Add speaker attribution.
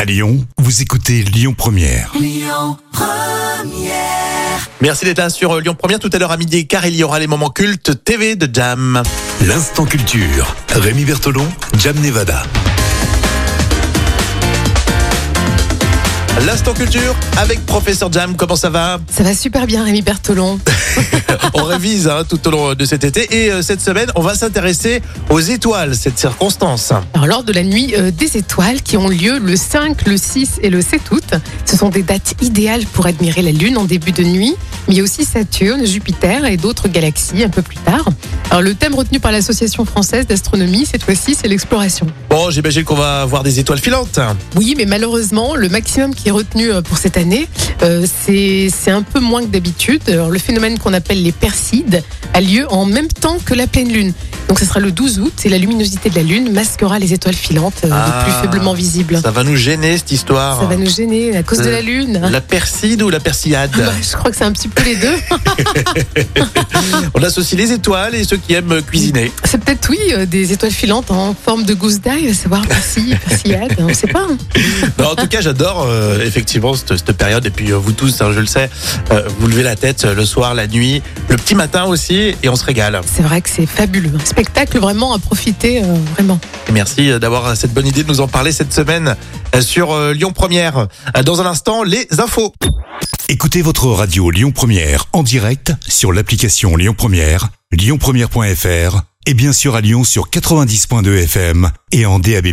Speaker 1: À Lyon, vous écoutez Lyon Première.
Speaker 2: Merci d'être là sur euh, Lyon Première. Tout à l'heure à midi et quart, il y aura les moments cultes TV de Jam.
Speaker 1: L'instant culture. Rémi Bertolon, Jam Nevada.
Speaker 2: L'instant culture avec Professeur Jam. Comment ça va
Speaker 3: Ça va super bien, Rémi Bertolon.
Speaker 2: On révise hein, tout au long de cet été et euh, cette semaine, on va s'intéresser aux étoiles, cette circonstance.
Speaker 3: Alors, lors de la nuit euh, des étoiles qui ont lieu le 5, le 6 et le 7 août, ce sont des dates idéales pour admirer la Lune en début de nuit, mais aussi Saturne, Jupiter et d'autres galaxies un peu plus tard. Alors, le thème retenu par l'Association française d'astronomie, cette fois-ci, c'est l'exploration.
Speaker 2: Bon, j'imagine qu'on va voir des étoiles filantes.
Speaker 3: Oui, mais malheureusement, le maximum qui est retenu euh, pour cette année, euh, c'est c'est un peu moins que d'habitude. Alors, Le phénomène qu'on appelle les Persides a lieu en même temps que la pleine lune. Donc ce sera le 12 août et la luminosité de la lune masquera les étoiles filantes euh,
Speaker 2: Ah.
Speaker 3: les plus faiblement visibles.
Speaker 2: Ça va nous gêner cette histoire.
Speaker 3: Ça va nous gêner à cause de la lune.
Speaker 2: La Perside ou la Persiade
Speaker 3: Bah, je crois que c'est un petit peu les deux.
Speaker 2: On associe les étoiles et ceux qui aiment cuisiner.
Speaker 3: C'est peut-être, oui, euh, des étoiles filantes en forme de gousse d'ail, à savoir Persi, Persiade, on ne sait pas. hein.
Speaker 2: Non, en tout cas, j'adore euh, effectivement cette, cette période. Et puis euh, vous tous, hein, je le sais, euh, vous levez la tête euh, le soir, la nuit, le petit matin aussi, et on se régale.
Speaker 3: C'est vrai que c'est fabuleux. Un spectacle vraiment à profiter, euh, vraiment.
Speaker 2: Et merci euh, d'avoir euh, cette bonne idée de nous en parler cette semaine euh, sur euh, Lyon Première. Euh, Dans un instant, les infos.
Speaker 1: Écoutez votre radio Lyon Première en direct sur l'application Lyon Première, lyonpremière.fr et bien sûr à Lyon sur 90.2 FM et en DAB+.